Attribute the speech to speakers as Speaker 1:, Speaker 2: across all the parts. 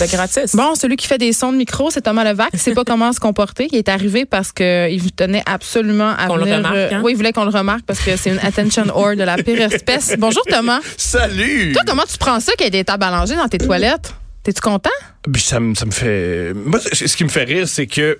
Speaker 1: de gratis.
Speaker 2: Bon, celui qui fait des sons de micro, c'est Thomas Levac. Il sait pas comment se comporter. Il est arrivé parce que il vous tenait absolument à
Speaker 1: Qu'on le
Speaker 2: venir,
Speaker 1: remarque,
Speaker 2: euh,
Speaker 1: hein?
Speaker 2: Oui, il voulait qu'on le remarque parce que c'est une attention whore de la pire espèce. Bonjour Thomas.
Speaker 3: Salut!
Speaker 2: Toi, comment tu prends ça qu'il y ait des tables à langer dans tes toilettes? T'es-tu content?
Speaker 3: Puis ça, me- ça me fait. Moi, c- ce qui me fait rire, c'est que.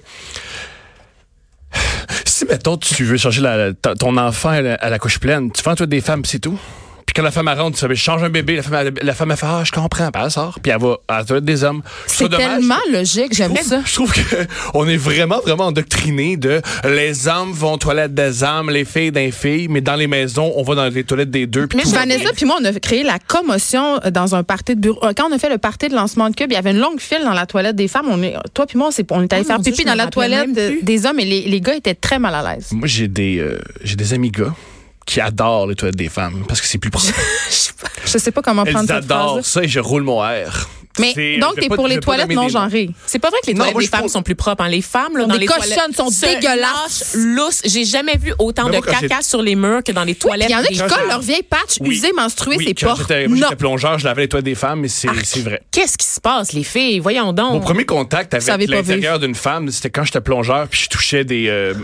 Speaker 3: Si, mettons, tu veux changer la- la- ta- ton enfant à la, à la couche pleine, tu vends toi des femmes, c'est tout. Puis quand la femme arronde, tu sais, je change un bébé, la femme, la femme elle fait Ah, je comprends, puis elle sort, puis elle va à toilette des hommes. Je
Speaker 2: C'est
Speaker 3: trouve ça dommage.
Speaker 2: tellement logique, j'aime
Speaker 3: Je
Speaker 2: ça.
Speaker 3: trouve- Je trouve que on est vraiment, vraiment endoctriné de les hommes vont aux toilettes des hommes, les filles d'un filles, mais dans les maisons, on va dans les toilettes des deux. puis
Speaker 2: Mais
Speaker 3: tout va
Speaker 2: Vanessa puis moi, on a créé la commotion euh, dans un party de bureau. Euh, Quand on a fait le party de lancement de cube, il y avait une longue file dans la toilette des femmes. On est, toi puis moi, on s'est- on est allé
Speaker 1: Oh
Speaker 2: faire
Speaker 1: mon Dieu,
Speaker 2: pipi
Speaker 1: je me
Speaker 2: dans la
Speaker 1: rappelais
Speaker 2: toilette
Speaker 1: même
Speaker 2: de-
Speaker 1: plus.
Speaker 2: des hommes et les, les gars étaient très mal à l'aise.
Speaker 3: Moi, j'ai des, euh, j'ai des amis gars qui adorent les toilettes des femmes parce que c'est plus propre.
Speaker 2: Je sais pas comment prendre
Speaker 3: Elles
Speaker 2: cette phrase.
Speaker 3: adorent ça et je roule mon R.
Speaker 2: Mais
Speaker 3: C'est- euh,
Speaker 2: donc,
Speaker 3: je vais
Speaker 2: t'es
Speaker 3: pas-
Speaker 2: pour
Speaker 3: je
Speaker 2: les
Speaker 3: vais pas
Speaker 2: toilettes
Speaker 3: nommer des
Speaker 2: non
Speaker 3: noms.
Speaker 2: genrées.
Speaker 1: C'est pas vrai que les
Speaker 3: Non,
Speaker 1: toilettes
Speaker 3: moi,
Speaker 1: des
Speaker 3: je
Speaker 1: femmes
Speaker 3: trouve-
Speaker 1: sont plus propres. hein. Les femmes, là,
Speaker 2: Sont
Speaker 1: dans
Speaker 2: des
Speaker 1: les
Speaker 2: cochonnes,
Speaker 1: toilettes,
Speaker 2: sont
Speaker 1: se
Speaker 2: dégueulasses.
Speaker 1: lâchent, lousses. J'ai jamais vu autant
Speaker 3: Mais
Speaker 1: de
Speaker 3: moi, quand
Speaker 1: caca
Speaker 3: j'ai-
Speaker 1: sur les murs que dans les
Speaker 2: Oui, puis
Speaker 1: toilettes.
Speaker 2: il y en a qui
Speaker 1: des
Speaker 2: collent
Speaker 1: femmes.
Speaker 2: leur vieille patch
Speaker 3: Oui.
Speaker 2: usée menstruée,
Speaker 3: Oui,
Speaker 2: c'est
Speaker 3: quand
Speaker 2: porte.
Speaker 3: j'étais- moi,
Speaker 2: Non.
Speaker 3: J'étais plongeur, je lavais les toilettes des femmes, mais c'est c'est vrai.
Speaker 1: Qu'est-ce qui se passe, les filles? Voyons donc.
Speaker 3: Mon premier contact
Speaker 2: Ah. savez
Speaker 3: avec
Speaker 2: pas
Speaker 3: l'intérieur d'une femme, c'était quand j'étais plongeur puis je touchais des euh,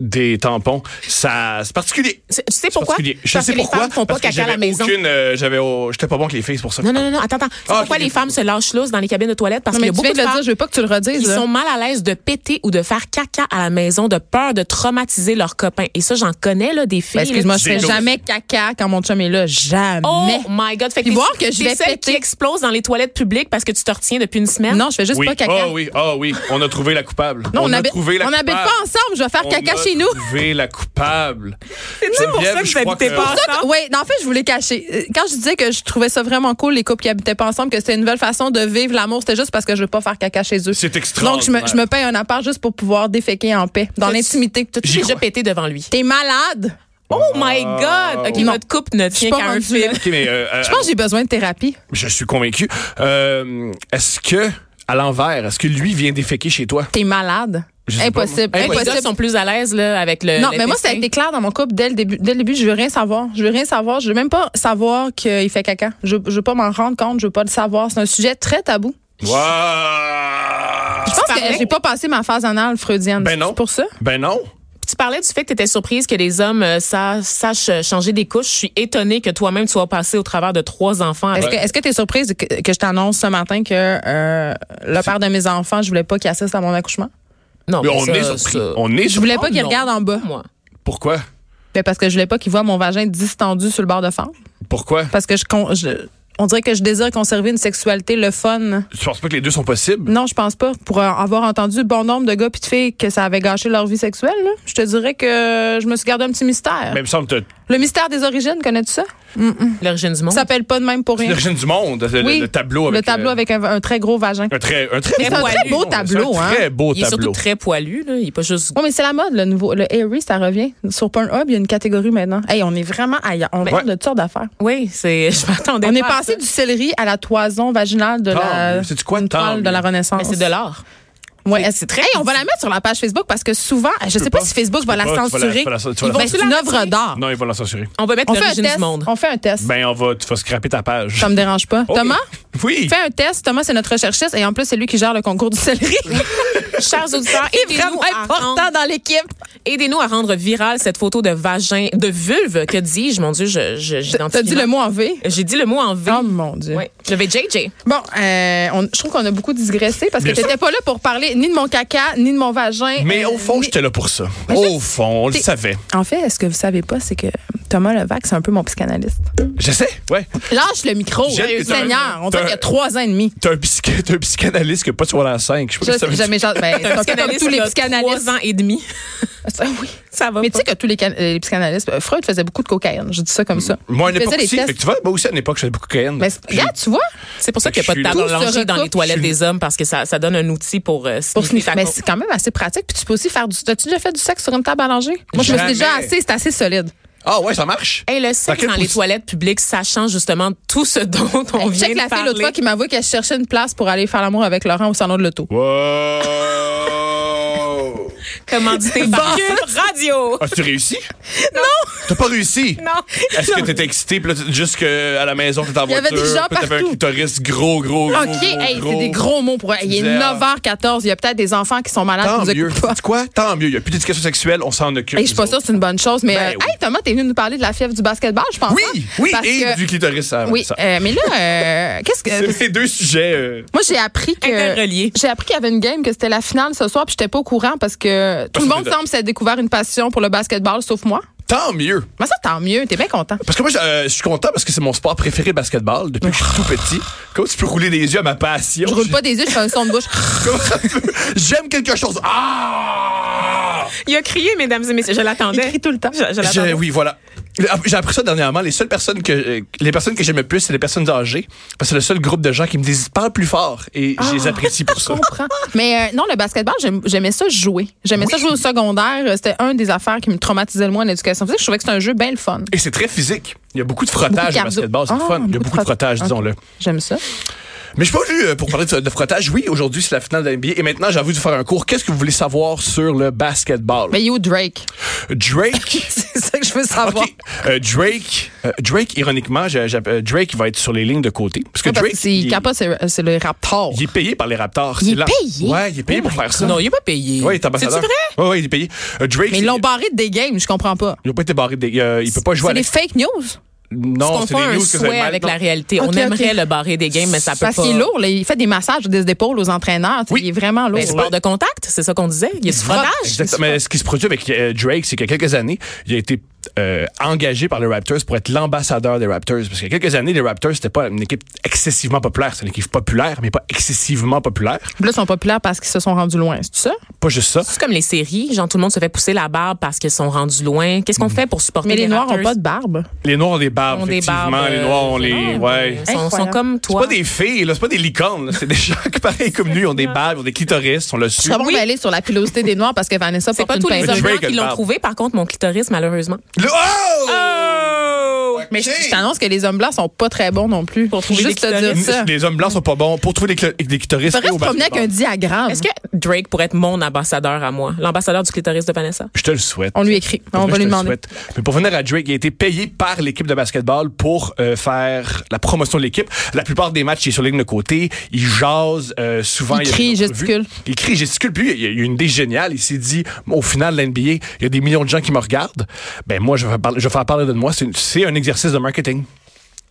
Speaker 3: des tampons. Ça, c'est particulier.
Speaker 1: Tu tu sais pourquoi?
Speaker 3: particulier. Je
Speaker 1: Parce
Speaker 3: sais
Speaker 1: que
Speaker 3: pourquoi.
Speaker 1: les femmes font pas
Speaker 3: parce que
Speaker 1: caca à la
Speaker 3: j'avais
Speaker 1: maison.
Speaker 3: Aucune, euh, j'avais, oh, j'étais pas bon avec les filles c'est pour ça.
Speaker 1: Non, non, non, non, attends, attends. C'est
Speaker 3: Ah,
Speaker 1: pourquoi
Speaker 3: ok,
Speaker 1: les
Speaker 3: ok.
Speaker 1: femmes se lâchent lousses dans les cabines de toilettes? Parce
Speaker 2: Non,
Speaker 1: qu'il y
Speaker 2: mais
Speaker 1: a
Speaker 2: tu
Speaker 1: beaucoup
Speaker 2: viens
Speaker 1: de
Speaker 2: de le dire,
Speaker 1: femmes
Speaker 2: je veux pas que tu le
Speaker 1: qui
Speaker 2: redises. là. Ben,
Speaker 1: sont mal à l'aise de péter ou de faire caca à la maison de peur de traumatiser leurs copains. Et ça, j'en connais, là, des filles.
Speaker 2: Ben, Excuse-moi,
Speaker 1: là,
Speaker 2: je fais
Speaker 3: Des
Speaker 2: jamais caca quand mon chum est là. Jamais.
Speaker 1: Oh my God! Fait que t'es-
Speaker 2: Puis voir que je
Speaker 1: t'es
Speaker 2: vais
Speaker 1: celle
Speaker 2: péter.
Speaker 1: qui explose dans les toilettes publiques parce que tu te retiens depuis une semaine.
Speaker 2: Non, je fais juste
Speaker 3: oui.
Speaker 2: pas
Speaker 3: Ah
Speaker 2: caca.
Speaker 3: oui, ah oui, on a trouvé la coupable.
Speaker 2: Non, on,
Speaker 3: a
Speaker 2: habite,
Speaker 3: trouvé la
Speaker 2: on habite
Speaker 3: coupable.
Speaker 2: pas ensemble. Je vais faire Ah, caca
Speaker 3: on a
Speaker 2: chez nous.
Speaker 3: trouvé la coupable.
Speaker 1: C'est pour
Speaker 3: Geneviève,
Speaker 1: ça que
Speaker 3: je
Speaker 1: vous
Speaker 3: crois
Speaker 1: habitez
Speaker 3: que-
Speaker 1: pas
Speaker 2: Ça,
Speaker 1: ensemble.
Speaker 2: Oui, en fait, je voulais cacher. Euh, Quand je disais que je trouvais ça vraiment cool, les couples qui habitaient pas ensemble, que c'était une nouvelle façon de vivre l'amour, c'était juste parce que je veux pas faire caca chez eux.
Speaker 3: C'est
Speaker 2: Donc, je me,
Speaker 3: extraordinaire.
Speaker 2: je me paye un appart juste pour pouvoir déféquer en paix, dans
Speaker 1: T'as-tu-
Speaker 2: l'intimité.
Speaker 1: T'as-tu
Speaker 3: J'y
Speaker 1: déjà
Speaker 3: crois.
Speaker 1: pété devant lui?
Speaker 2: T'es malade?
Speaker 1: Oh my God! OK,
Speaker 2: Non.
Speaker 1: notre couple ne
Speaker 2: suis
Speaker 1: tient
Speaker 2: pas
Speaker 1: qu'à un
Speaker 2: rendue
Speaker 1: fil.
Speaker 2: là.
Speaker 3: Ok, mais, euh, euh,
Speaker 2: Je pense que j'ai besoin de thérapie.
Speaker 3: Je suis convaincu. Euh, est-ce que à l'envers, est-ce que lui vient déféquer chez toi
Speaker 2: T'es malade?
Speaker 3: Je sais
Speaker 2: Impossible.
Speaker 3: pas, moi.
Speaker 1: Les
Speaker 2: Impossible.
Speaker 1: gars sont plus à l'aise là, avec le.
Speaker 2: Non,
Speaker 1: le
Speaker 2: mais moi, ça a
Speaker 1: festin.
Speaker 2: été clair dans mon couple dès le début. Dès le début, je veux rien savoir. Je veux rien savoir. Je veux même pas savoir qu'il fait caca. Je, je veux pas m'en rendre compte. Je veux pas le savoir. C'est un sujet très tabou.
Speaker 3: Wow!
Speaker 2: Je pense que
Speaker 1: parlais-
Speaker 2: j'ai pas passé ma phase anale freudienne.
Speaker 3: Ah, Ben non.
Speaker 2: C'est pour ça.
Speaker 3: Ben non.
Speaker 1: Tu parlais du fait que tu étais surprise que les hommes euh, sa- sachent euh, changer des couches. Je suis étonnée que toi-même tu sois passé au travers de trois enfants.
Speaker 2: Est-ce
Speaker 1: avec-
Speaker 2: que est-ce que t'es surprise que, que je t'annonce ce matin que euh, le père de mes enfants, je voulais pas qu'il assiste à mon accouchement?
Speaker 1: Non,
Speaker 3: Mais
Speaker 1: mais
Speaker 3: on
Speaker 1: ça,
Speaker 3: est surpris.
Speaker 1: ça-
Speaker 3: On est
Speaker 2: Je voulais
Speaker 3: surpris.
Speaker 2: pas qu'il
Speaker 1: non.
Speaker 2: regarde en bas.
Speaker 1: Moi.
Speaker 3: Pourquoi?
Speaker 2: Ben, parce que je voulais pas qu'il voit mon vagin distendu sur le bord de fente.
Speaker 3: Pourquoi?
Speaker 2: Parce que je, con- je- on dirait que je désire conserver une sexualité le fun.
Speaker 3: Tu penses pas que les deux sont possibles?
Speaker 2: Non, je pense pas. Pour euh, avoir entendu bon nombre de gars puis de filles que ça avait gâché leur vie sexuelle, là, je te dirais que je me suis gardé un petit mystère.
Speaker 3: Même Ben, semble que
Speaker 2: Le mystère des origines, connais-tu ça?
Speaker 1: L'origine du
Speaker 2: Ça
Speaker 1: monde.
Speaker 2: s'appelle pas de même pour rien.
Speaker 3: l'origine du monde, le,
Speaker 2: Oui,
Speaker 3: le tableau avec
Speaker 2: le tableau
Speaker 3: euh,
Speaker 2: avec un, un très gros vagin.
Speaker 3: un très, un très,
Speaker 2: Mais c'est
Speaker 3: beau
Speaker 2: un très
Speaker 3: tableau.
Speaker 2: beau tableau,
Speaker 3: C'est un
Speaker 2: hein.
Speaker 3: très beau
Speaker 1: il est surtout
Speaker 3: tableau.
Speaker 1: très poilu. Là. Il n'est pas juste.
Speaker 2: Oui, mais c'est la mode, le nouveau. Le Airy, ça revient. Sur Pornhub, il y a une catégorie maintenant. Hey, on est vraiment ailleurs. On parle de toutes sortes d'affaires.
Speaker 1: Oui, c'est. Je m'attendais.
Speaker 2: On est
Speaker 1: pas à
Speaker 2: passé
Speaker 1: ça.
Speaker 2: du céleri à la toison vaginale de
Speaker 3: Tant
Speaker 2: la.
Speaker 3: mieux. C'est-tu Ah, quoi,
Speaker 2: une
Speaker 3: tant
Speaker 2: toile de
Speaker 3: mieux.
Speaker 2: la Renaissance.
Speaker 1: Mais c'est de l'art.
Speaker 2: Ouais,
Speaker 1: C'est-
Speaker 2: c'est
Speaker 1: c'est
Speaker 2: très.
Speaker 1: très
Speaker 2: on va la mettre sur la page Facebook parce que souvent, je sais pas,
Speaker 3: pas.
Speaker 2: si Facebook
Speaker 3: Tu
Speaker 2: va
Speaker 3: peux
Speaker 2: la
Speaker 3: pas, tu vas la-
Speaker 2: censurer.
Speaker 3: tu vas la- tu vas
Speaker 2: Ils
Speaker 3: la-
Speaker 2: vont-
Speaker 3: Ben,
Speaker 2: C'est une œuvre d'art.
Speaker 3: Non, ils vont la censurer.
Speaker 1: On va mettre
Speaker 2: On fait un
Speaker 1: l'origine
Speaker 2: test.
Speaker 1: du monde.
Speaker 2: On fait un test.
Speaker 3: Ben, on va, tu vas scraper ta page.
Speaker 2: Ça me dérange pas.
Speaker 3: Ok.
Speaker 2: Thomas,
Speaker 3: Oui.
Speaker 2: fais un test. Thomas, c'est notre recherchiste et en plus, c'est lui qui gère le concours du céleri.
Speaker 1: Chers auditeurs, aidez-nous
Speaker 2: Vraiment
Speaker 1: à rendre-
Speaker 2: important dans l'équipe.
Speaker 1: aidez-nous à rendre virale cette photo de vagin, de vulve. Que dis-je, mon Dieu, je, je,
Speaker 2: T'as
Speaker 1: j'identifie
Speaker 2: dit le mot en V?
Speaker 1: J'ai dit le mot en V.
Speaker 2: Oh mon Dieu.
Speaker 1: Oui. Le VJJ.
Speaker 2: Bon, euh, on- je trouve qu'on a beaucoup digressé parce que
Speaker 3: Bien sûr.
Speaker 2: t'étais pas là pour parler ni de mon caca, ni de mon vagin.
Speaker 3: Mais
Speaker 2: euh,
Speaker 3: au fond,
Speaker 2: ni-
Speaker 3: j'étais là pour ça. Au fond, on le
Speaker 2: t'es-
Speaker 3: savait.
Speaker 2: En fait, ce que vous savez pas, c'est que Thomas Levac, c'est un peu mon psychanalyste.
Speaker 3: Je sais, ouais.
Speaker 2: Lâche le micro,
Speaker 3: J'ai-
Speaker 2: Seigneur. On dirait
Speaker 3: t'as-
Speaker 2: qu'il y a trois ans et demi.
Speaker 3: T'es un, psych- t'es un psychanalyste qui n'a pas sur la 5. Je sais pas
Speaker 2: Je
Speaker 3: si ça
Speaker 2: sais
Speaker 3: veut dire.
Speaker 2: jamais. genre, ben, c'est un peu comme
Speaker 1: Psychanalyste,
Speaker 2: tous les
Speaker 1: il y a
Speaker 2: psychanalystes.
Speaker 1: Trois ans et demi.
Speaker 2: Ça, oui.
Speaker 1: Ça va
Speaker 2: Mais tu
Speaker 1: pas.
Speaker 2: sais que tous les, can- les psychanalystes, euh, Freud faisait beaucoup de cocaïne. Je dis ça comme ça.
Speaker 3: Mm. Moi, à
Speaker 2: Il
Speaker 3: une époque
Speaker 2: faisait des
Speaker 3: aussi.
Speaker 2: tests.
Speaker 3: Fait que tu vois, moi aussi, à une époque, je faisais beaucoup de cocaïne.
Speaker 2: Mais c'est-
Speaker 3: J'ai-
Speaker 2: regarde, tu vois,
Speaker 1: C'est pour ça qu'il n'y a pas de
Speaker 3: Je suis-
Speaker 1: table
Speaker 2: Tout se
Speaker 1: rangée dans
Speaker 2: recoupe.
Speaker 1: les toilettes
Speaker 3: Je suis-
Speaker 1: des hommes parce que ça, ça donne un outil pour euh,
Speaker 2: pour
Speaker 1: sniffer
Speaker 2: sniffer.
Speaker 1: ta
Speaker 2: Mais
Speaker 1: coke.
Speaker 2: c'est quand même assez pratique. Puis tu peux aussi faire du. T'as-tu déjà fait du sexe sur une table à langer? Moi, je me suis
Speaker 3: Jamais.
Speaker 2: déjà assez. C'est assez solide.
Speaker 3: Ah ouais, ça marche.
Speaker 2: Eh.
Speaker 1: Hey, le
Speaker 3: Dans
Speaker 1: sexe
Speaker 3: quelle
Speaker 1: dans les
Speaker 3: position-
Speaker 1: toilettes publiques, sachant justement tout ce dont on vient
Speaker 2: Ben, Check
Speaker 1: de
Speaker 2: la fille
Speaker 1: parler.
Speaker 2: l'autre fois qui m'avoue qu'elle cherchait une place pour aller faire l'amour avec Laurent au salon de l'auto.
Speaker 3: Wow!
Speaker 1: Commandité par Cube Radio.
Speaker 3: As-tu réussi? T'as pas réussi.
Speaker 2: Non.
Speaker 3: Est-ce que
Speaker 2: Non.
Speaker 3: t'étais excité, puis là, t- jusque à la maison, t'étais en
Speaker 2: Il y
Speaker 3: voiture,
Speaker 2: avait des gens
Speaker 3: puis t'avais un
Speaker 2: partout.
Speaker 3: clitoris gros, gros, gros,
Speaker 2: OK,
Speaker 3: gros,
Speaker 2: hey, c'est
Speaker 3: gros.
Speaker 2: des gros mots pour. Il est
Speaker 3: disais, ah.
Speaker 2: 9h14. Il y a peut-être des enfants qui sont malades.
Speaker 3: Tant
Speaker 2: qui nous
Speaker 3: mieux.
Speaker 2: écoutent pas.
Speaker 3: Tu quoi? Tant mieux. Il n'y a plus d'éducation sexuelle, on s'en occupe.
Speaker 2: Hey, je suis
Speaker 3: nous
Speaker 2: pas
Speaker 3: autres.
Speaker 2: sûre que c'est une bonne chose, mais
Speaker 3: Ben
Speaker 2: euh,
Speaker 3: oui.
Speaker 2: hey, Thomas, t'es venu nous parler de la fièvre du basketball, je pense. hein?
Speaker 3: Oui, oui,
Speaker 2: Parce
Speaker 3: et
Speaker 2: que-
Speaker 3: du clitoris. ça-
Speaker 2: Oui,
Speaker 3: ça-
Speaker 2: euh, mais là, euh, qu'est-ce que.
Speaker 3: C'est les deux sujets. euh,
Speaker 2: Moi, j'ai appris que.
Speaker 1: Interrelié.
Speaker 2: J'ai appris qu'il y avait une game, que c'était la finale ce soir, puis j'étais pas au courant parce que tout
Speaker 3: Parce
Speaker 2: le
Speaker 3: que
Speaker 2: monde
Speaker 3: t'es-
Speaker 2: semble s'être découvert une passion pour le basketball, sauf moi.
Speaker 3: Tant mieux.
Speaker 2: Mais ça, tant mieux, t'es bien content.
Speaker 3: Parce que moi, je, euh, je suis content parce que c'est mon sport préféré, basketball, depuis que je suis tout petit. Comment tu peux rouler des yeux à ma passion?
Speaker 2: Je roule pas des yeux, je fais un son de bouche.
Speaker 3: Comment ça peut- J'aime quelque chose. Ah!
Speaker 1: Il a crié, mesdames et messieurs. Je l'attendais.
Speaker 2: Il crie tout le temps.
Speaker 1: Je, je
Speaker 3: Je-
Speaker 1: l'attendais.
Speaker 3: oui, voilà. Le- ah, J'ai appris ça dernièrement. Les seules personnes que euh, les personnes que j'aime le plus, c'est les personnes âgées, parce que c'est le seul groupe de gens qui me disent parle plus fort et je
Speaker 2: Ah!
Speaker 3: les apprécie pour ça.
Speaker 2: comprends. Mais euh, non, le basketball, j'aime- j'aimais ça jouer. J'aimais ça jouer au secondaire. Euh, C'était un des affaires qui me traumatisait le moins en éducation physique. Je trouvais que c'était un jeu bien le fun.
Speaker 3: Et c'est très physique. Il y a beaucoup de
Speaker 2: Beaucoup
Speaker 3: frottage
Speaker 2: de
Speaker 3: au
Speaker 2: cardio.
Speaker 3: basketball, c'est le
Speaker 2: Ah,
Speaker 3: fun. Il y a beaucoup de frottage,
Speaker 2: Ok.
Speaker 3: disons-le.
Speaker 2: J'aime ça.
Speaker 3: Mais je suis pas venu euh, pour parler de, de frottage. Oui, aujourd'hui, c'est la finale de NBA. Et maintenant, j'ai envie de vous faire un cours. Qu'est-ce que vous voulez savoir sur le basketball?
Speaker 2: Mais you Drake.
Speaker 3: Drake.
Speaker 2: C'est ça que je veux savoir.
Speaker 3: OK. Euh, Drake, euh, Drake, ironiquement, j'ai- j'ai- euh, Drake va être sur les lignes de côté. Parce que
Speaker 2: Ouais, parce
Speaker 3: Drake,
Speaker 2: que c'est
Speaker 3: il,
Speaker 2: capable, c'est c'est le Raptor.
Speaker 3: il est payé par les Raptors.
Speaker 2: Il
Speaker 3: C'est
Speaker 2: est
Speaker 3: lent.
Speaker 2: payé? Oh
Speaker 3: Ouais, il est payé pour faire ça.
Speaker 1: Non, il est pas payé.
Speaker 3: Oui, il est
Speaker 1: C'est
Speaker 3: ambassadeur.
Speaker 1: vrai?
Speaker 3: Oui, ouais, il est payé. Euh, Drake,
Speaker 2: Mais ils l'ont barré de des games, je comprends pas.
Speaker 3: ils l'ont pas été barré. Des, euh, il peut pas jouer
Speaker 2: C'est des
Speaker 3: avec.
Speaker 2: fake news.
Speaker 3: Non,
Speaker 1: Parce
Speaker 3: c'est
Speaker 1: qu'on fait
Speaker 3: des
Speaker 1: un
Speaker 3: news que vous avez
Speaker 1: souhait
Speaker 3: mal.
Speaker 1: avec
Speaker 3: non.
Speaker 1: la réalité. On
Speaker 2: Ok, ok.
Speaker 1: aimerait le barrer des games, mais ça peut
Speaker 2: Parce
Speaker 1: pas.
Speaker 2: qu'il est lourd, là. il fait des massages des épaules aux entraîneurs. tu sais,
Speaker 3: Oui.
Speaker 2: Il est vraiment lourd.
Speaker 1: Ben, sport de contact, c'est ça qu'on disait. Il y a du frottage.
Speaker 3: Exactement. Mais ce qui se produit avec euh, Drake, c'est qu'il y a quelques années, il a été euh, engagé par les Raptors pour être l'ambassadeur des Raptors. Parce qu'il y a quelques années, les Raptors, c'était pas une équipe excessivement populaire. C'est une équipe populaire, mais pas excessivement populaire.
Speaker 2: Puis Là, ils sont populaires parce qu'ils se sont rendus loin. C'est ça?
Speaker 3: Pas juste ça.
Speaker 1: C'est comme les séries, genre tout le monde se fait pousser la barbe parce qu'ils sont rendus loin. Qu'est-ce
Speaker 3: Hmm.
Speaker 1: qu'on fait pour supporter
Speaker 2: Mais les, Noirs
Speaker 1: Raptors?
Speaker 2: n'ont pas de barbe.
Speaker 3: Les Noirs ont des barbes,
Speaker 1: Ont des
Speaker 3: Ah, effectivement.
Speaker 1: barbes,
Speaker 3: les Noirs ont les...
Speaker 1: euh,
Speaker 3: Ouais.
Speaker 1: Ils sont, sont
Speaker 2: Incroyable.
Speaker 1: comme
Speaker 3: C'est
Speaker 1: toi.
Speaker 3: pas des filles, là. C'est pas des licornes, là. C'est des gens qui, pareil comme nous, ils ont des barbes, ils ont des clitoris, on le
Speaker 2: Je
Speaker 3: suit.
Speaker 2: serais bon d'aller sur la pilosité des Noirs parce que Vanessa
Speaker 1: C'est
Speaker 2: porte
Speaker 1: pas
Speaker 2: une
Speaker 1: tous les
Speaker 2: pince.
Speaker 1: hommes
Speaker 3: Drake
Speaker 1: blancs
Speaker 3: a
Speaker 1: qui
Speaker 3: une
Speaker 1: l'ont
Speaker 3: barbe.
Speaker 1: trouvé. Par contre, mon clitoris, malheureusement.
Speaker 3: Le- Oh!
Speaker 2: Mais je je t'annonce que les hommes blancs sont pas très bons non plus.
Speaker 1: Pour trouver
Speaker 2: Juste
Speaker 1: des
Speaker 2: te dire
Speaker 1: clitoris.
Speaker 2: ça.
Speaker 3: Les hommes blancs sont pas bons pour trouver des, cl- des clitoris.
Speaker 2: Faudrait
Speaker 3: et
Speaker 2: se
Speaker 3: au
Speaker 2: promener avec
Speaker 3: basketball.
Speaker 2: un diagramme.
Speaker 1: Est-ce que Drake pourrait être mon ambassadeur à moi? L'ambassadeur du clitoris de Vanessa?
Speaker 3: Je te le souhaite.
Speaker 2: On lui écrit.
Speaker 3: Pour
Speaker 2: On
Speaker 3: vrai,
Speaker 2: va
Speaker 3: je
Speaker 2: lui
Speaker 3: te le
Speaker 2: demander.
Speaker 3: souhaite. Mais pour venir à Drake, il a été payé par l'équipe de basketball pour euh, faire la promotion de l'équipe. La plupart des matchs, il est sur la ligne de côté. Il jase euh, souvent.
Speaker 2: Il
Speaker 3: y a
Speaker 2: crie,
Speaker 3: des entrevues.
Speaker 2: gesticule.
Speaker 3: Il crie, gesticule. Puis il y a eu une idée géniale. Il s'est dit, au final de l'NBA, il y a des millions de gens qui me regardent. Ben moi, je vais faire parler, je vais faire parler de moi. C'est une- C'est un exercice de marketing.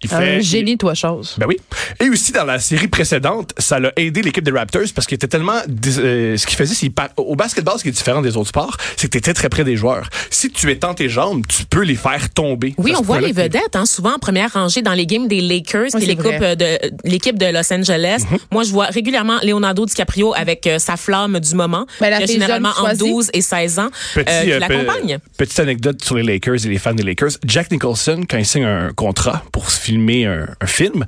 Speaker 3: Il
Speaker 2: Un
Speaker 3: il-
Speaker 2: génie, toi, chose.
Speaker 3: ben oui. Et aussi, dans la série précédente, ça l'a aidé l'équipe des Raptors parce qu'il était tellement. dés- euh, ce qu'il faisait, c'est qu'il par- Au basketball, ce qui est différent des autres sports, c'est que tu étais très près des joueurs. Si tu étends tes jambes, tu peux les faire tomber.
Speaker 1: Oui,
Speaker 3: À ce
Speaker 1: on voit
Speaker 3: point-là,
Speaker 1: les
Speaker 3: t'es-
Speaker 1: vedettes, hein, souvent en première rangée dans les games des Lakers, qui
Speaker 2: c'est
Speaker 1: est l'équipe
Speaker 2: vrai.
Speaker 1: euh, de l'équipe de Los Angeles.
Speaker 3: Mm-hmm.
Speaker 1: Moi, je vois régulièrement Leonardo DiCaprio avec euh, sa flamme du moment,
Speaker 2: Ben, la
Speaker 1: qui a
Speaker 2: fille
Speaker 1: généralement
Speaker 2: jeune
Speaker 1: entre
Speaker 2: choisie.
Speaker 1: 12 et 16 ans,
Speaker 3: Petit,
Speaker 1: euh, qui
Speaker 3: euh, pe-
Speaker 1: l'accompagne.
Speaker 3: petite anecdote sur les Lakers et les fans des Lakers. Jack Nicholson, quand il signe un contrat pour se filmer un, un film,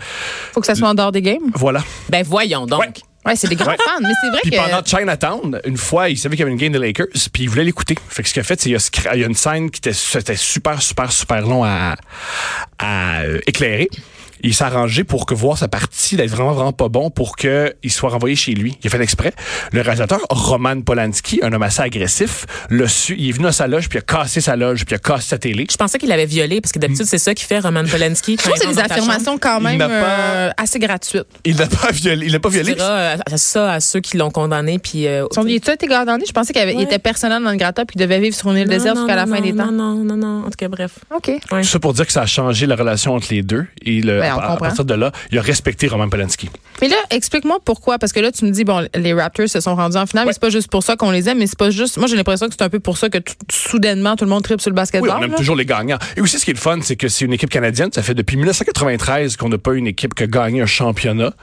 Speaker 2: Faut que ça soit en dehors des games.
Speaker 3: voilà.
Speaker 1: Ben voyons donc.
Speaker 3: Ouais.
Speaker 2: Ouais, c'est des grands
Speaker 3: Ouais.
Speaker 2: fans. Mais c'est vrai
Speaker 3: Puis
Speaker 2: que.
Speaker 3: pendant Chinatown, une fois, il savait qu'il y avait une game des Lakers, puis il voulait l'écouter. Fait que ce qu'il a fait, c'est qu'il a, scra- il y a une scène qui était, c'était super, super, super long à, à euh, éclairer. Il s'est arrangé pour que voir sa partie d'être vraiment, vraiment pas bon pour qu'il soit renvoyé chez lui. Il a fait exprès. Le réalisateur, Roman Polanski, un homme assez agressif, le su, il est venu à sa loge, puis il a cassé sa loge, puis il a cassé sa télé.
Speaker 1: Je pensais qu'il l'avait violé parce que d'habitude
Speaker 3: Mm.
Speaker 1: c'est ça qui fait Roman Polanski.
Speaker 2: Je trouve que c'est des affirmations quand
Speaker 3: Il
Speaker 2: même
Speaker 3: n'a pas-
Speaker 2: euh, assez gratuites.
Speaker 3: Il l'a pas violé. Il l'a pas
Speaker 1: Tu
Speaker 3: violé.
Speaker 1: diras, euh, ça à ceux qui l'ont condamné puis. euh,
Speaker 2: Son, il a été gardé. Je pensais qu'il avait- il
Speaker 1: Ouais.
Speaker 2: était personnel dans le gratta puis qu'il devait vivre sur une île
Speaker 1: non,
Speaker 2: déserte
Speaker 1: non,
Speaker 2: jusqu'à la
Speaker 1: non,
Speaker 2: fin des
Speaker 1: non,
Speaker 2: temps.
Speaker 1: Non, non, non, en tout cas bref.
Speaker 2: OK.
Speaker 1: Ouais.
Speaker 3: Tout ça pour dire que ça a changé la relation entre les deux. Et le,
Speaker 2: Ben, on
Speaker 3: à- à,
Speaker 2: comprend.
Speaker 3: partir de là, il a respecté Roman Polanski.
Speaker 2: Mais là, explique-moi pourquoi. Parce que là, tu me dis, bon, les Raptors se sont rendus en finale, mais c'est pas juste pour ça qu'on les aime, mais c'est pas juste. Moi, j'ai l'impression que c'est un peu pour ça que tout- soudainement, tout le monde tripe sur le
Speaker 3: Oui,
Speaker 2: basketball.
Speaker 3: on aime
Speaker 2: là.
Speaker 3: toujours les gagnants. Et aussi, ce qui est le fun, c'est que c'est une équipe canadienne. Ça fait depuis 1993 qu'on n'a pas une équipe qui a gagné un championnat.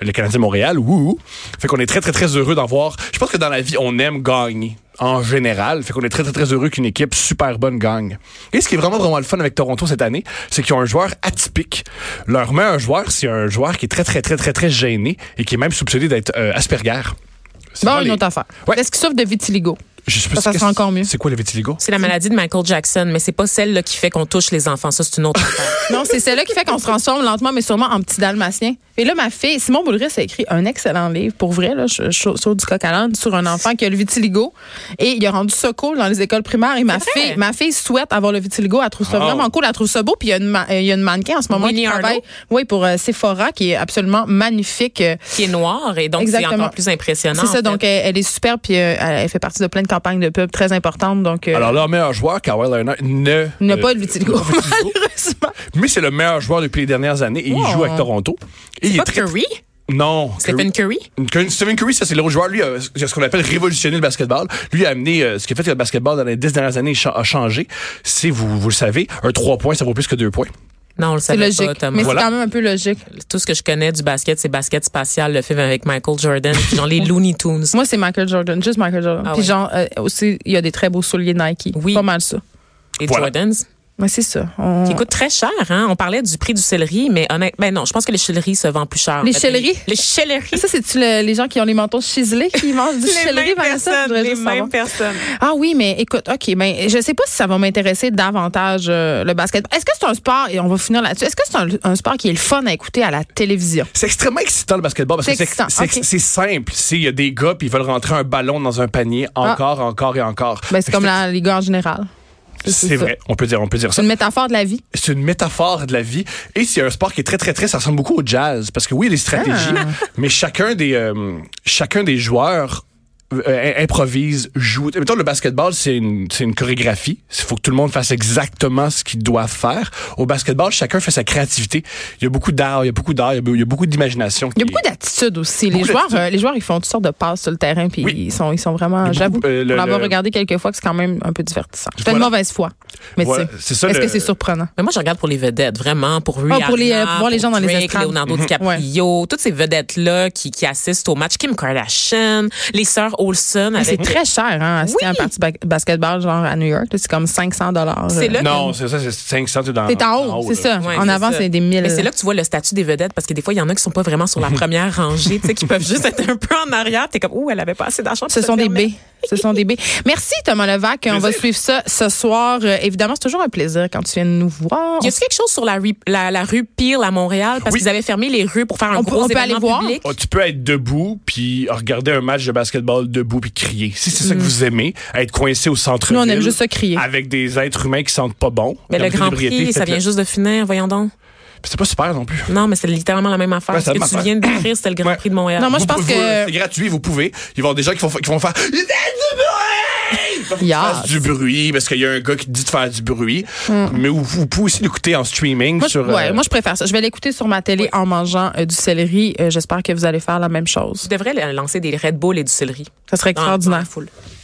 Speaker 3: Le Canadien de Montréal, wouhou. Fait qu'on est très, très, très heureux d'en voir. Je pense que dans la vie, on aime gagner. En général, fait qu'on est très, très, très heureux qu'une équipe super bonne gagne. Et ce qui est vraiment, vraiment le fun avec Toronto cette année, c'est qu'ils ont un joueur atypique. Leur meilleur joueur, c'est un joueur qui est très, très, très, très, très gêné et qui est même soupçonné d'être euh, Asperger. C'est
Speaker 2: Bon,
Speaker 3: vraiment
Speaker 2: une
Speaker 3: les-
Speaker 2: autre affaire.
Speaker 3: Ouais.
Speaker 2: Est-ce qu'ils souffrent de vitiligo?
Speaker 3: Je sais pas
Speaker 2: Ça, ça
Speaker 3: si-
Speaker 2: sera encore mieux.
Speaker 3: C'est quoi le vitiligo?
Speaker 1: C'est la maladie de Michael Jackson, mais c'est pas celle là, qui fait qu'on touche les enfants. Ça, c'est une autre affaire.
Speaker 2: Non, c'est celle-là qui fait qu'on se transforme lentement, mais sûrement en petit dalmatien. Et là, ma fille, Simon Boulris a écrit un excellent livre, pour vrai, là, je, je saute du coq à l'âne, sur un enfant qui a le vitiligo. Et il a rendu ça cool dans les écoles primaires. Et ma
Speaker 1: vrai?
Speaker 2: fille, ma fille souhaite avoir le vitiligo. Elle trouve ça
Speaker 3: Oh.
Speaker 2: vraiment cool. Elle trouve ça beau. Puis il y a une, ma- euh, il y a une mannequin en ce moment
Speaker 1: Winnie
Speaker 2: qui
Speaker 1: Arlo.
Speaker 2: travaille oui, pour euh, Sephora, qui est absolument magnifique. Euh,
Speaker 1: qui est noire et donc c'est
Speaker 2: Exactement.
Speaker 1: encore plus impressionnant.
Speaker 2: C'est
Speaker 1: Ah en
Speaker 2: ça,
Speaker 1: fait.
Speaker 2: donc elle, elle est super, puis euh, elle fait partie de plein de campagnes de pub très importantes. Donc, euh,
Speaker 3: Alors, leur meilleur joueur, Kawhi Leonard, ne.
Speaker 2: n'a
Speaker 3: euh,
Speaker 2: pas le vitiligo,
Speaker 3: n'a pas le vitiligo.
Speaker 2: malheureusement.
Speaker 3: Mais c'est le meilleur joueur depuis les dernières années et il joue
Speaker 2: Oh.
Speaker 3: avec Toronto. Et il est
Speaker 1: Pas
Speaker 3: très-
Speaker 1: Curry,
Speaker 3: Non.
Speaker 1: Stephen Curry.
Speaker 3: Curry- Stephen Curry, ça c'est l'autre joueur. Lui, a ce qu'on appelle révolutionné le basketball. Lui a amené euh, ce qui a fait que le basketball dans les dix dernières années cha- a changé. Si vous, vous le savez, un trois points, ça vaut plus que deux points.
Speaker 1: Non, on le
Speaker 2: C'est
Speaker 1: savait
Speaker 2: logique.
Speaker 1: pas, Thomas.
Speaker 2: mais
Speaker 3: Voilà.
Speaker 2: c'est quand même un peu logique.
Speaker 1: Tout ce que je connais du basket, c'est basket spatial, le film avec Michael Jordan, puis genre les Looney Tunes.
Speaker 2: Moi, c'est Michael Jordan, juste Michael Jordan.
Speaker 1: Ah
Speaker 2: Puis
Speaker 1: ouais.
Speaker 2: genre, euh, aussi, il y a des très beaux souliers Nike.
Speaker 1: Oui.
Speaker 2: Pas mal ça.
Speaker 1: Les
Speaker 3: Voilà.
Speaker 1: Jordans.
Speaker 2: Mais c'est ça. On-
Speaker 1: Qui coûtent très cher, hein? On parlait du prix du céleri, mais honnêtement, ben non, je pense que les céleris se vendent plus cher. en
Speaker 2: Les
Speaker 1: fait.
Speaker 2: céleris?
Speaker 1: Les céleris.
Speaker 2: Ça, c'est-tu le- les gens qui ont les mentons chiselés qui mangent du chéleri, Vanessa? Je voudrais juste savoir.
Speaker 1: personnes.
Speaker 2: Ah oui, mais écoute, OK, ben, je sais pas si ça va m'intéresser davantage euh, le basket. Est-ce que c'est un sport, et on va finir là-dessus, est-ce que c'est un, un sport qui est le fun à écouter à la télévision?
Speaker 3: C'est extrêmement excitant le basketball parce
Speaker 2: C'est
Speaker 3: que c'est
Speaker 2: excitant,
Speaker 3: c'est-
Speaker 2: ok.
Speaker 3: c'est simple. C'est- Il y a des gars puis ils veulent rentrer un ballon dans un panier encore, encore et encore.
Speaker 2: Ah. Ben, c'est comme la, les gars en général.
Speaker 3: C'est
Speaker 2: ça.
Speaker 3: vrai, on peut dire, on peut dire
Speaker 2: C'est
Speaker 3: ça.
Speaker 2: une métaphore de la vie.
Speaker 3: C'est une métaphore de la vie et c'est un sport qui est très très très ça ressemble beaucoup au jazz parce que oui, il y a des stratégies,
Speaker 2: Ah.
Speaker 3: mais chacun des euh, chacun des joueurs euh, improvise, joue. Mettons, le basketball, c'est une, c'est une chorégraphie. Il faut que tout le monde fasse exactement ce qu'il doit faire. Au basketball, chacun fait sa créativité. Il y a beaucoup d'art, il y a beaucoup d'art, il y a be- il y a beaucoup d'imagination.
Speaker 2: Il y a
Speaker 3: qui est-
Speaker 2: beaucoup d'attitudes aussi. Les
Speaker 3: Beaucoup
Speaker 2: joueurs,
Speaker 3: d'attitudes.
Speaker 2: euh, les joueurs, ils font toutes sortes de passes sur le terrain, puis
Speaker 3: Oui.
Speaker 2: ils sont, ils sont vraiment,
Speaker 3: beaucoup,
Speaker 2: j'avoue,
Speaker 3: euh, le-
Speaker 2: pour l'avoir
Speaker 3: le-
Speaker 2: regardé quelques fois, que c'est quand même un peu divertissant. C'était
Speaker 3: Voilà.
Speaker 2: une mauvaise foi, mais
Speaker 3: Voilà,
Speaker 2: tu sais,
Speaker 3: c'est ça
Speaker 2: Est-ce
Speaker 3: le-
Speaker 2: que c'est surprenant?
Speaker 1: Mais moi, je regarde pour les vedettes, vraiment, pour Rihanna,
Speaker 2: Ah, pour les, euh, pour voir les gens dans les
Speaker 1: Drake,
Speaker 2: estrades.
Speaker 1: Leonardo DiCaprio, toutes ces vedettes-là qui, qui assistent au match. Kim Kardashian, les sœurs Olsen.
Speaker 2: Mais C'est
Speaker 1: Avec...
Speaker 2: très cher, hein, assister
Speaker 1: Oui.
Speaker 2: à un parti ba- basketball, genre à New York. là, C'est comme 500 dollars. euh,
Speaker 1: C'est là
Speaker 3: Non, c'est ça, c'est 500, t'es dans.
Speaker 2: T'es en haut, c'est
Speaker 3: là.
Speaker 2: ça.
Speaker 1: Ouais,
Speaker 2: en
Speaker 1: c'est
Speaker 2: avant,
Speaker 1: ça.
Speaker 2: c'est des 1000.
Speaker 1: Mais c'est là que tu vois le statut des vedettes parce que des fois, il y en a qui sont pas vraiment sur la première rangée, tu sais, qui peuvent juste être un peu en arrière. T'es comme, ouh, elle avait pas assez d'argent. pour
Speaker 2: Ce
Speaker 1: se
Speaker 2: sont des
Speaker 1: permettre.
Speaker 2: B. Ce sont des B. Merci, Thomas Levac. On va
Speaker 3: Plaisir.
Speaker 2: suivre ça ce soir. Euh, évidemment, c'est toujours un plaisir quand tu viens nous voir.
Speaker 1: Y a-t-il quelque chose sur la, ri- la, la rue Peel à Montréal parce
Speaker 3: Oui.
Speaker 1: qu'ils avaient fermé les rues pour faire un
Speaker 2: On peut-
Speaker 1: gros
Speaker 2: on peut
Speaker 1: événement
Speaker 2: aller voir.
Speaker 1: public?
Speaker 3: Oh, tu peux être debout puis regarder un match de basketball debout puis crier. Si c'est ça que vous aimez, être coincé au centre-ville.
Speaker 2: Mm. Nous, on aime juste ça crier.
Speaker 3: Avec des êtres humains qui sentent pas bon.
Speaker 1: Mais le
Speaker 3: Gardez
Speaker 1: Grand
Speaker 3: l'ébriété,
Speaker 1: Prix, ça
Speaker 3: faites-le.
Speaker 1: vient juste de finir, voyons donc.
Speaker 3: C'est pas super non plus.
Speaker 1: Non, mais c'est littéralement la même affaire.
Speaker 3: Ouais,
Speaker 1: Ce
Speaker 3: c'est
Speaker 1: que
Speaker 3: la
Speaker 1: tu
Speaker 3: même
Speaker 1: viens de décrire, c'était le Grand
Speaker 3: Ouais.
Speaker 1: Prix de Montréal.
Speaker 2: Non, moi, je
Speaker 3: Vous
Speaker 2: pense
Speaker 3: pouvez-
Speaker 2: que-
Speaker 3: C'est gratuit, vous pouvez. Il va y avoir des gens qui vont, fa- qui vont faire. Faites du bruit!
Speaker 2: Yes.
Speaker 3: Faites du bruit, parce qu'il y a un gars qui dit de faire du bruit. Mais vous, vous pouvez aussi l'écouter en streaming
Speaker 2: Mm. Moi, je-
Speaker 3: sur.
Speaker 2: ouais,
Speaker 3: euh,
Speaker 2: moi, je préfère ça. Je vais l'écouter sur ma télé en mangeant euh, du céleri. Euh, J'espère que vous allez faire la même chose.
Speaker 1: Tu devrais lancer des Red Bull et du céleri.
Speaker 2: Ça serait
Speaker 1: Dans- dans la
Speaker 2: extraordinaire.
Speaker 1: foule.